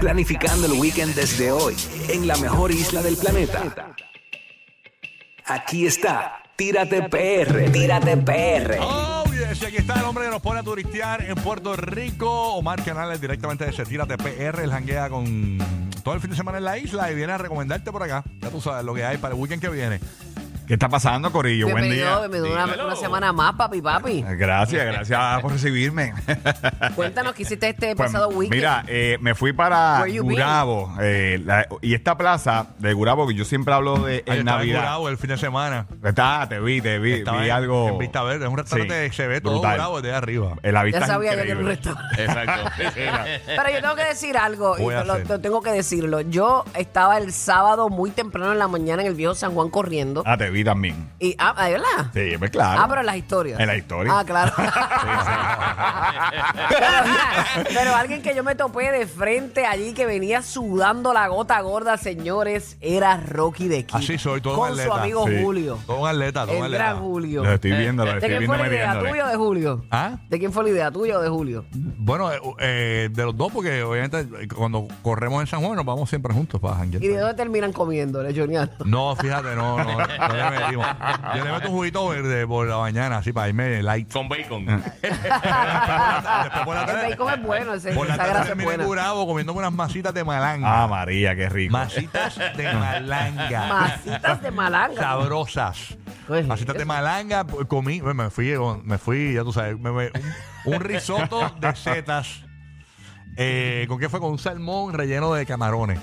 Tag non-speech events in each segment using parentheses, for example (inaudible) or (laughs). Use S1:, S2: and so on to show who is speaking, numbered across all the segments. S1: Planificando el weekend desde hoy en la mejor isla del planeta. Aquí está, tírate PR, tírate PR.
S2: Oh, yes. Y aquí está el hombre que nos pone a turistear en Puerto Rico. Omar Canales, directamente de Tírate PR. El janguea con todo el fin de semana en la isla y viene a recomendarte por acá. Ya tú sabes lo que hay para el weekend que viene.
S3: ¿Qué está pasando, Corillo? Buen
S4: Bienvenido,
S3: día.
S4: bienvenido una, una semana más,
S2: (laughs)
S4: papi, papi.
S3: Gracias, gracias por recibirme.
S4: Cuéntanos qué hiciste este
S3: Pues,
S4: pasado weekend.
S3: Mira, eh, me fui para
S4: Where you been?
S3: Gurabo. eh, la- y esta plaza de Gurabo, que yo siempre hablo de
S2: Ahí
S3: en
S2: estaba
S3: Navidad.
S2: Gurabo el fin de semana.
S3: Está, te vi, te vi,
S2: Estaba
S3: vi
S2: en-
S3: algo.
S2: En Vista Verde. Es un restaurante
S3: Sí,
S2: que se ve todo
S3: brutal.
S2: Gurabo desde arriba.
S3: Eh, La vista
S4: ya
S3: es
S4: sabía yo que era un
S3: increíble.
S4: restaurante.
S3: Exacto.
S4: Pero yo tengo que decir algo, y
S2: Voy a
S4: lo,
S2: hacer.
S4: lo tengo que decirlo. Yo estaba el sábado muy temprano en la mañana en el viejo San Juan corriendo.
S3: (laughs) ah, te vi también.
S4: Y, ah, ¿ah, ¿verdad?
S3: Sí, pues claro.
S4: Ah, pero en las historias.
S3: En las historias.
S2: (laughs)
S4: Ah, claro. pero, pero alguien que yo me topé de frente allí que venía sudando la gota gorda, señores, era Rocky de Quito.
S2: Así soy, todo un
S4: Con su
S2: atleta.
S4: amigo
S3: Sí.
S4: Julio.
S2: Todo un atleta, todo un
S4: El
S2: atleta.
S4: gran Julio.
S3: Los estoy viendo, los
S4: ¿De
S3: estoy
S4: quién
S3: viendo
S4: fue la idea
S3: metiéndole.
S4: tuya o de Julio?
S2: ¿Ah?
S4: ¿De quién fue la idea tuya o de Julio?
S2: Bueno, eh, eh, de los dos, porque obviamente eh, cuando corremos en San Juan nos vamos siempre juntos para janguear.
S4: ¿Y de dónde terminan comiendo, lechoniano?
S2: No, fíjate, no, no, no
S4: (laughs)
S2: le metimos. Yo le meto un juguito verde por la mañana, así para irme light.
S5: Con bacon.
S2: Después por la
S4: El
S2: tarde-
S4: bacon es bueno, ese,
S2: Por la
S4: esa
S2: tarde
S4: grasa es
S2: terminé
S4: buena.
S2: curado comiéndome unas masitas de malanga.
S3: Ah, María, qué rico.
S2: masitas de malanga.
S4: Masitas de malanga.
S2: Sabrosas.
S4: ¿Qué es
S2: Masitas de
S4: eso?
S2: malanga. pues, Comí, me fui, eh, me fui, ya tú sabes, me- me- un, un risotto de setas. Eh, ¿Con qué fue? Con un salmón relleno de camarones.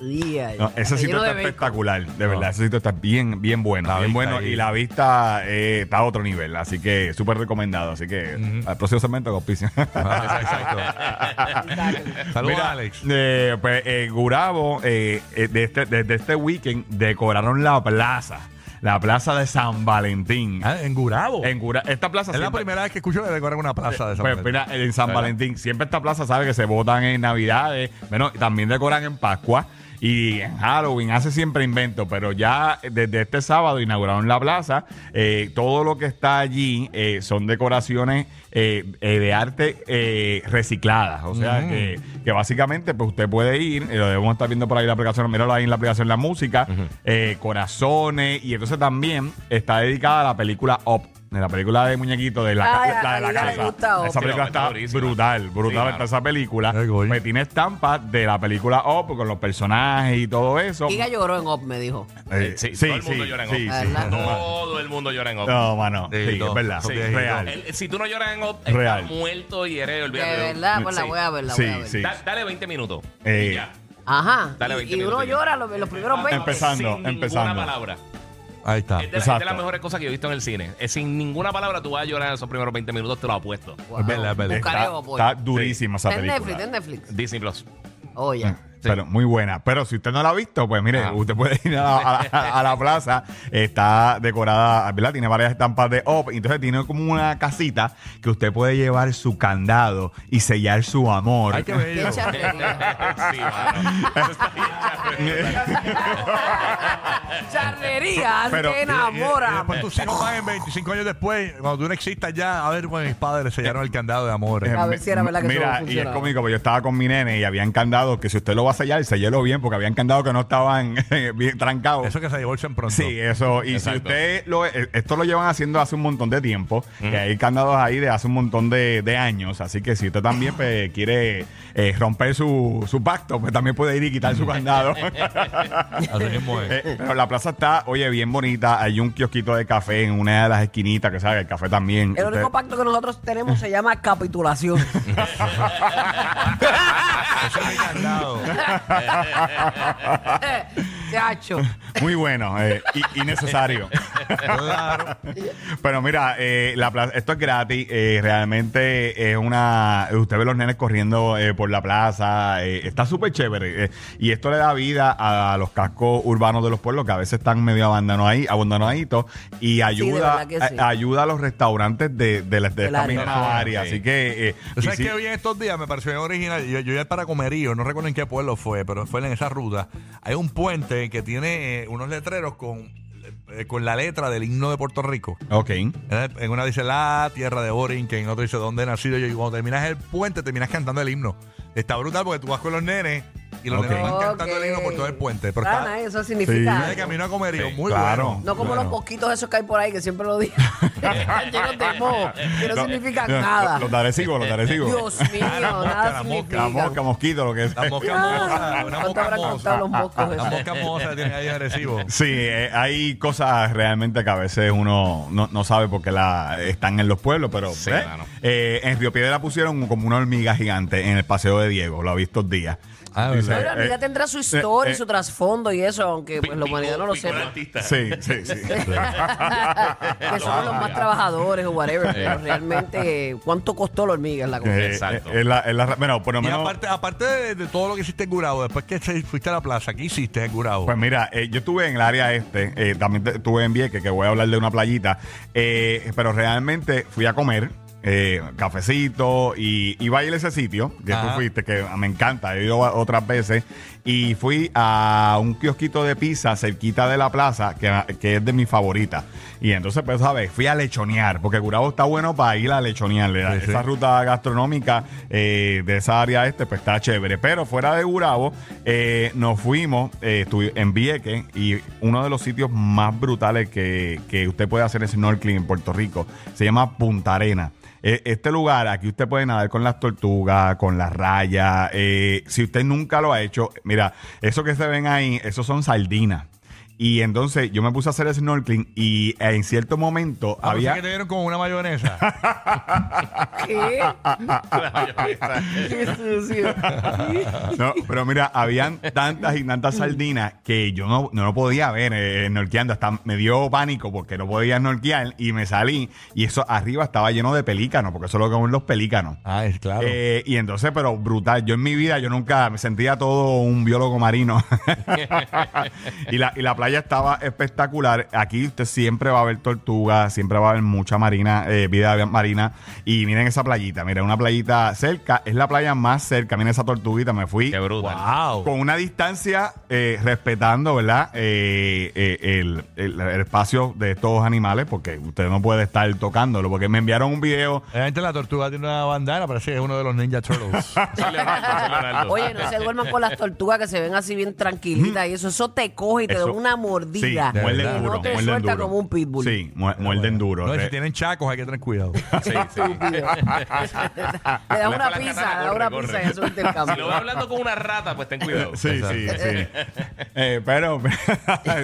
S4: Día,
S2: Ah,
S3: No, ese
S4: relleno
S3: sitio
S4: de
S3: está
S4: bacon.
S3: espectacular, de verdad. Ese sitio está bien, bien bueno.
S2: La
S3: bien
S2: vista
S3: bueno.
S2: ahí.
S3: Y la vista eh, está a otro nivel. Así que súper recomendado. Así que al próximo segmento con auspicio.
S2: Ah, exacto. Saludos,
S3: (laughs) Mira,
S2: Alex.
S3: eh, pues eh, Gurabo, eh, eh, de este- desde este weekend decoraron la plaza. La plaza de San Valentín.
S2: Ah, en Gurabo.
S3: En Gura- esta plaza
S2: es la
S3: siempre-
S2: primera vez que escucho que decoran una plaza de esa
S3: Pues,
S2: manera.
S3: mira, en San Valentín, siempre esta plaza sabe que se votan en Navidades, bueno, también decoran en Pascua y en Halloween, hace siempre invento, pero ya desde este sábado inauguraron la plaza, eh, todo lo que está allí eh, son decoraciones eh, eh, de arte eh, recicladas, o sea que, que básicamente pues usted puede ir, eh, lo debemos estar viendo por ahí la aplicación, míralo ahí en la aplicación La Música, eh, Corazones, y entonces también está dedicada a la película Up. De la película de muñequito de la,
S4: Ay,
S3: ca- la
S4: a
S3: de la
S4: Alida le
S3: casa.
S4: gusta Up.
S3: Esa película
S5: Sí, la
S3: está
S5: verdad, durísima.
S3: brutal,
S5: Sí,
S3: brutal
S5: claro.
S3: está esa película.
S2: Ay, coño.
S3: Me tiene estampas de la película Up con los personajes y todo eso.
S4: Giga lloró en Op, me dijo.
S3: Eh,
S5: Sí, todo el mundo llora en
S3: sí,
S5: Op.
S3: sí.
S4: ¿Verdad?
S5: Todo el mundo llora en Op.
S3: No, mano,
S2: Sí,
S3: sí,
S2: no.
S3: es verdad,
S2: Sí,
S3: sí,
S2: es
S3: real.
S5: El- si tú no lloras en Op,
S3: Real.
S5: estás muerto y eres
S4: De
S5: olvidado.
S4: verdad, pues la voy a ver, la voy a
S3: Sí,
S4: ver.
S3: sí.
S5: Da- dale 20 minutos.
S3: Eh,
S5: Y ya.
S4: Ajá.
S5: Dale
S4: Y-
S5: 20
S4: y, uno
S5: minutos ya. Ah,
S4: llora los, los primeros 20.
S3: Empezando.
S5: sin
S3: empezando.
S5: ninguna palabra.
S2: Ahí está.
S5: Es de, es de
S3: Exacto.
S5: las mejores cosas que yo he visto en el cine. Es sin ninguna palabra tú vas a llorar en esos primeros 20 minutos, te lo apuesto.
S4: Wow.
S2: Es verdad, es verdad.
S3: Está,
S4: Buscaré Op hoy.
S3: está durísima esa
S4: Está en Netflix,
S3: película.
S4: en Netflix. Oh, (laughs)
S5: Disney Plus.
S4: Oye.
S3: Mm, Pero muy buena. Pero si usted no la ha visto, pues mire,
S5: Ah.
S3: usted puede ir a la, a la- a la plaza. Está decorada, ¿verdad? Tiene varias estampas de OP. Entonces tiene como una casita que usted puede llevar su candado y sellar su amor.
S2: Hay que verlo.
S4: Qué
S5: (laughs)
S4: charrería.
S5: sí, mano.
S3: Em,
S4: charrería,
S3: Pero-
S4: te
S2: Y- y
S4: enamora.
S2: después tus hijos paguen 25 años después, cuando tú no existas ya, a ver, bueno, mis padres sellaron el candado de amor.
S3: Eh,
S4: A ver si era verdad que todo
S3: Mira, y es
S4: funcionaba.
S3: cómico, porque yo estaba con mi nene y habían candados que si usted lo va a sellar, sellelo bien, porque habían candados que no estaban (laughs) bien trancados.
S2: Eso que se divorcian pronto.
S3: Sí, eh. eso. Y si
S5: Exacto.
S3: usted lo, eh, esto lo llevan haciendo hace un montón de tiempo, que hay candados ahí de hace un montón de, de años. Así que si usted también pues, quiere eh, romper su, su pacto, pues también puede ir y quitar su candado.
S2: Así mismo es.
S3: Eh, Pero la plaza está, oye, bien bonita. Hay un kiosquito de café en una de las esquinitas, que sabe, el café también.
S4: El
S3: Usted- (laughs)
S4: único pacto que nosotros tenemos se llama capitulación.
S2: Ese es mi candado.
S4: Eh, (laughs) Chacho.
S3: (laughs) Muy bueno eh, y, y necesario.
S2: Claro.
S3: Pero mira, eh, la plaza- esto es gratis. eh, realmente es una. Usted ve los nenes corriendo eh, por la plaza. eh, está súper chévere. eh, y esto le da vida a, los cascos urbanos de los pueblos que a veces están medio abandonados ahí, abandonaditos. Y ayuda,
S4: verdad que sí.
S3: a- ayuda a los restaurantes de, de, la- de
S4: Del
S3: esta
S4: área.
S3: misma área.
S5: Sí.
S3: Así que. eh,
S2: ¿Tú
S3: y
S2: ¿Sabes
S3: sí-
S2: qué bien estos días? Me pareció bien original. Yo, yo iba para Comerío, no recuerdo en qué pueblo fue, pero fue en esa ruta. Hay un puente que tiene eh, unos letreros con, eh, con la letra del himno de Puerto Rico.
S3: Ok.
S2: Eh, En en una dice la tierra de Boring, que en otro dice dónde he nacido yo. Y cuando terminas el puente, terminas cantando el himno. Está brutal porque tú vas con los nenes y los
S3: Ok.
S2: nenes van cantando el himno por todo el puente. Pero está,
S4: Ah,
S2: está
S4: eso significa.
S3: Sí.
S2: de
S4: algo.
S2: camino a comerío,
S3: Sí,
S2: muy
S3: claro.
S2: bueno.
S4: No como
S3: Bueno.
S4: los poquitos esos que hay por ahí, que siempre lo digo. (laughs) Llenos de moho, que no, significan
S3: lo-
S4: nada.
S3: Los darecigos, los darecigos.
S4: Dios mío,
S2: Ah, la mosca, la
S4: nada
S2: mosca,
S4: significa.
S3: La mosca, mosquito, lo que es.
S2: La mosca moza, una
S4: ¿Cuánto
S2: mosca
S4: Ah, habrán
S2: moza.
S4: costado los moscos
S2: La
S4: esos?
S2: mosca moza que tiene ahí agresivo.
S3: Sí, eh, hay cosas realmente que a veces uno no, no sabe porque la, están en los pueblos, pero
S5: Sí,
S3: ¿eh?
S5: claro.
S3: Eh, en Río Piedra pusieron como una hormiga gigante en el paseo de Diego, lo ha visto estos días.
S2: Ah,
S3: Dice,
S4: Pero la vida
S3: eh,
S4: tendrá su
S3: eh,
S4: historia y
S3: eh.
S4: su trasfondo y eso, aunque pues, la humanidad no lo
S5: Picó- picó el
S4: sepa.
S5: artista.
S3: Sí, sí, sí.
S4: (laughs)
S3: Eh,
S4: que son los más
S3: Ah,
S4: trabajadores o whatever, pero realmente, ¿cuánto costó la hormiga en la cosa?
S3: Eh,
S5: Exacto.
S3: eh, es la- es la ra- bueno, por lo
S2: Y
S3: menos-
S2: aparte, aparte de, de todo lo que hiciste en Gurabo, después que se- fuiste a la plaza, ¿qué hiciste en Gurabo?
S3: Pues mira, eh, yo estuve en el área este, eh, también te- estuve en Vieques, que voy a hablar de una playita, eh, pero realmente fui a comer. eh, cafecito y iba a ir a ese sitio que tú
S2: Ajá.
S3: fuiste que me encanta he ido a- otras veces y fui a un kiosquito de pizza cerquita de la plaza que, que es de mi favorita y entonces pues sabes fui a lechonear porque Curabo está bueno para ir a lechonear le da-
S2: Sí, sí.
S3: esa ruta gastronómica eh, de esa área este, pues está chévere. Pero fuera de Gurabo, eh, nos fuimos eh, estuvi- en Vieques y uno de los sitios más brutales que, que usted puede hacer snorkeling en Puerto Rico se llama Punta Arena. Eh, Este lugar, aquí usted puede nadar con las tortugas, con las rayas. eh, si usted nunca lo ha hecho, mira, eso que se ven ahí, esos son sardinas. Y entonces yo me puse a hacer snorkeling y eh, en cierto momento
S2: Ah, pensé
S3: había...
S2: que te dieron con una
S3: (laughs)
S2: mayonesa.
S4: ¿Qué? (laughs)
S3: (laughs) No, pero mira, habían tantas y tantas sardinas que yo no, no lo podía ver eh, snorkeando. Hasta me dio pánico porque no podía snorkear y me salí. Y eso arriba estaba lleno de pelícanos, porque eso es lo que son los pelícanos.
S2: ah, es claro.
S3: Eh, y entonces, pero brutal. Yo en mi vida, yo nunca me sentía todo un biólogo marino. (laughs) y, la, y la playa estaba espectacular. Aquí usted siempre va a ver tortugas, siempre va a ver mucha marina, eh, vida marina. Y miren esa playita, miren, una playita cerca, es la playa más cerca. Miren esa tortuguita, me fui.
S5: Qué brutal.
S2: wow.
S3: Con una distancia, eh, respetando, ¿verdad? Eh, eh, el, el- el espacio de estos animales, porque usted no puede estar tocándolo. Porque me enviaron un video
S2: Realmente la tortuga tiene una bandana, parece que es uno de los Ninja Turtles.
S5: Sí, Leonardo, sí, Leonardo.
S4: Oye, no se duerman con las tortugas que se ven así bien tranquilitas y eso, eso te coge y te da
S3: Eso-
S4: una mordida.
S3: Sí,
S2: de
S3: muerden
S2: verdad.
S4: que
S3: duro.
S4: no te
S3: muerden
S4: suelta
S3: duro.
S4: como un pitbull.
S3: Sí, mu- muerden duro.
S2: no, y
S3: Re-
S2: si tienen chacos hay que tener cuidado.
S5: Sí,
S4: (laughs)
S5: sí.
S3: Ah,
S4: Le da una
S5: Le fue Ah, la
S4: pizza,
S5: katana,
S4: le da una pizza
S5: corre,
S4: y
S3: (laughs)
S4: eso
S5: corre.
S4: es
S5: (laughs) Si lo
S4: intercambio.
S5: vas hablando con una rata, pues ten cuidado.
S3: (laughs) Sí, sí,
S2: Exacto.
S3: sí.
S2: (laughs)
S3: Eh, pero (laughs)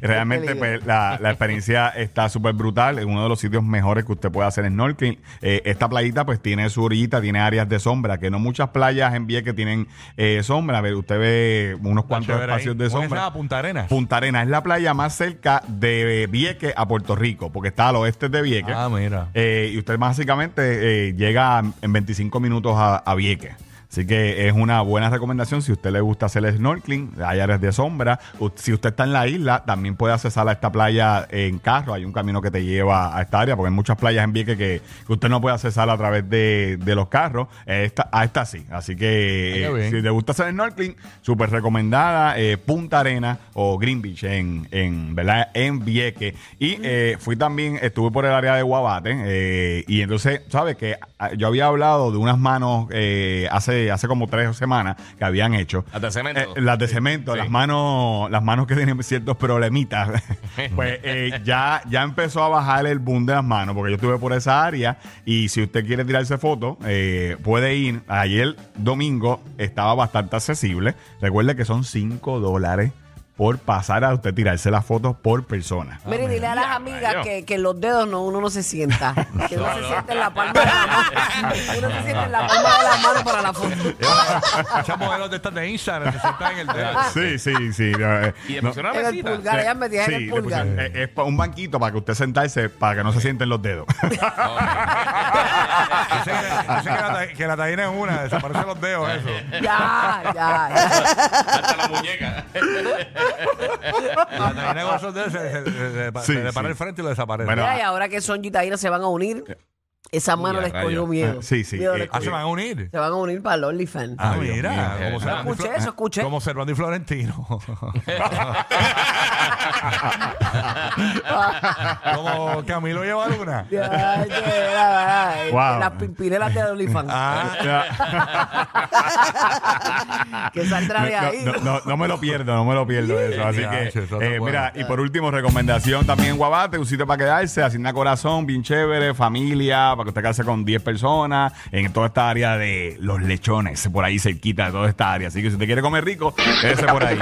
S3: realmente pues, la, la experiencia está súper brutal. Es uno de los sitios mejores que usted puede hacer snorkeling. Eh, esta playita pues tiene su orillita, tiene áreas de sombra, que no muchas playas en Vieques tienen eh, sombra. A ver, usted ve unos cuantos
S2: Chévere ahí.
S3: espacios de
S2: ¿Cómo que se
S3: sombra.
S2: llama? Punta Arenas.
S3: Punta Arena es la playa más cerca de Vieques a Puerto Rico, porque está al oeste de Vieques.
S2: Ah,
S3: (laughs)
S2: mira.
S3: Eh, y usted básicamente eh, llega en 25 minutos a, a Vieques. Así que es una buena recomendación si usted le gusta hacer snorkeling, hay áreas de sombra. U- Si usted está en la isla, también puede accesar a esta playa en carro. Hay un camino que te lleva a esta área, porque hay muchas playas en Vieques que, que usted no puede accesar a través de, de los carros. Eh, Esta, a esta sí. Así que
S2: Ah, qué
S3: eh,
S2: bien.
S3: si te gusta hacer snorkeling, súper recomendada. eh, Punta Arena o Green Beach en, en, ¿verdad? en Vieques. Y eh, fui también, estuve por el área de Guabate. eh, y entonces, ¿sabes que ah, Yo había hablado de unas manos eh, hace, hace como tres semanas que habían hecho.
S5: Las de cemento.
S3: Eh, las de cemento,
S5: Sí.
S3: las manos, las manos que tienen ciertos problemitas. (laughs) pues eh, ya, ya empezó a bajar el boom de las manos, porque yo estuve por esa área. Y si usted quiere tirarse fotos, eh, puede ir. Ayer domingo estaba bastante accesible. Recuerde que son 5 dólares por pasar a usted tirarse las fotos por persona.
S4: Mire, dile a las amigas
S5: rayo.
S4: que, que los dedos no, uno no se
S3: (laughs)
S4: sienta. Que uno se siente en la palma de la mano. (laughs) Uno se siente en la palma de la mano para la foto.
S2: Esas modelos de estas de Instagram se sientan en el dedo.
S3: Sí, sí, sí. no, eh,
S5: Y le
S3: no.
S5: pusieron
S4: En
S5: una
S4: el
S5: mesita.
S4: pulgar, ellas Ah. me en
S3: Sí,
S4: el
S3: le
S4: pulgar.
S3: pusieron- eh, es pa- un banquito para que usted sentarse, para que no se sienten los dedos. (laughs)
S2: Yo sé que, yo sé que la, ta- que la taína es una, desaparecen los dedos, eso.
S4: Ya, ya,
S5: Hasta la muñeca.
S2: La taína con esos dedos se, se- se- se- se
S3: Sí,
S2: le para
S3: sí.
S2: el frente y lo desaparece.
S4: ya.
S3: Bueno,
S4: Mira, y ahora que son gitaínas se van a unir, esa mano
S5: a
S4: les cogió
S5: rayos.
S4: miedo.
S3: Sí, sí,
S4: Miedo
S3: eh,
S4: les
S2: ah,
S4: cogió.
S2: se van a unir.
S4: Se van a unir para el OnlyFans.
S2: Ah,
S3: Dios
S2: mira,
S3: mío.
S2: como
S5: Yo
S2: Servando y
S4: escuché
S2: Flo-
S4: eso, escuché.
S2: Como Servando y
S3: (laughs)
S2: Florentino. como Camilo lleva luna.
S4: Ya, ya, ya, ya.
S3: Wow.
S4: Las pimpinelas de OnlyFans.
S2: Ah,
S4: (laughs) que saldrá de
S3: Ah, No,
S4: ahí.
S3: no, no, no me lo pierdo, no me lo pierdo eso. Así
S2: Ya, che,
S3: que,
S2: eso está
S3: eh,
S2: bueno.
S3: mira, y por último, recomendación también, Guabate, un sitio para quedarse, asigna corazón, bien chévere, familia, para que usted quedarse con 10 personas en toda esta área de los lechones, por ahí cerquita de toda esta área. Así que si usted quiere comer rico, quédese por ahí. Y-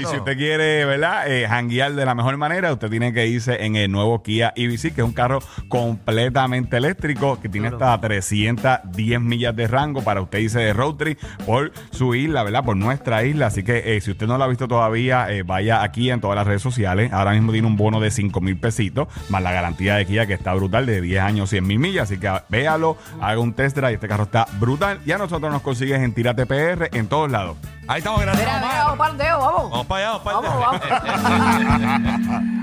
S3: Y si usted quiere, ¿verdad? Eh, janguear de la mejor manera, usted tiene que irse en el nuevo Kia EV6, que es un carro completamente eléctrico, que tiene hasta 310 millas de rango para usted irse de road trip por su isla, ¿verdad? Por nuestra isla. Así que eh, si usted no lo ha visto todavía, eh, vaya aquí en todas las redes sociales. Ahora mismo tiene un bono de 5 mil pesitos, más la garantía de Kia, que está brutal, de 10 años, 100 mil millas. Así que ah, véalo, haga un test drive. Este carro está brutal. Y a nosotros nos consigues en Tírate PR en todos lados.
S2: ahí estamos, gracias.
S4: Mira, mira,
S2: Omar.
S4: vamos para el dedo, vamos. (laughs)
S2: Vamos para allá, vamos para allá.
S4: Vamos, vamos.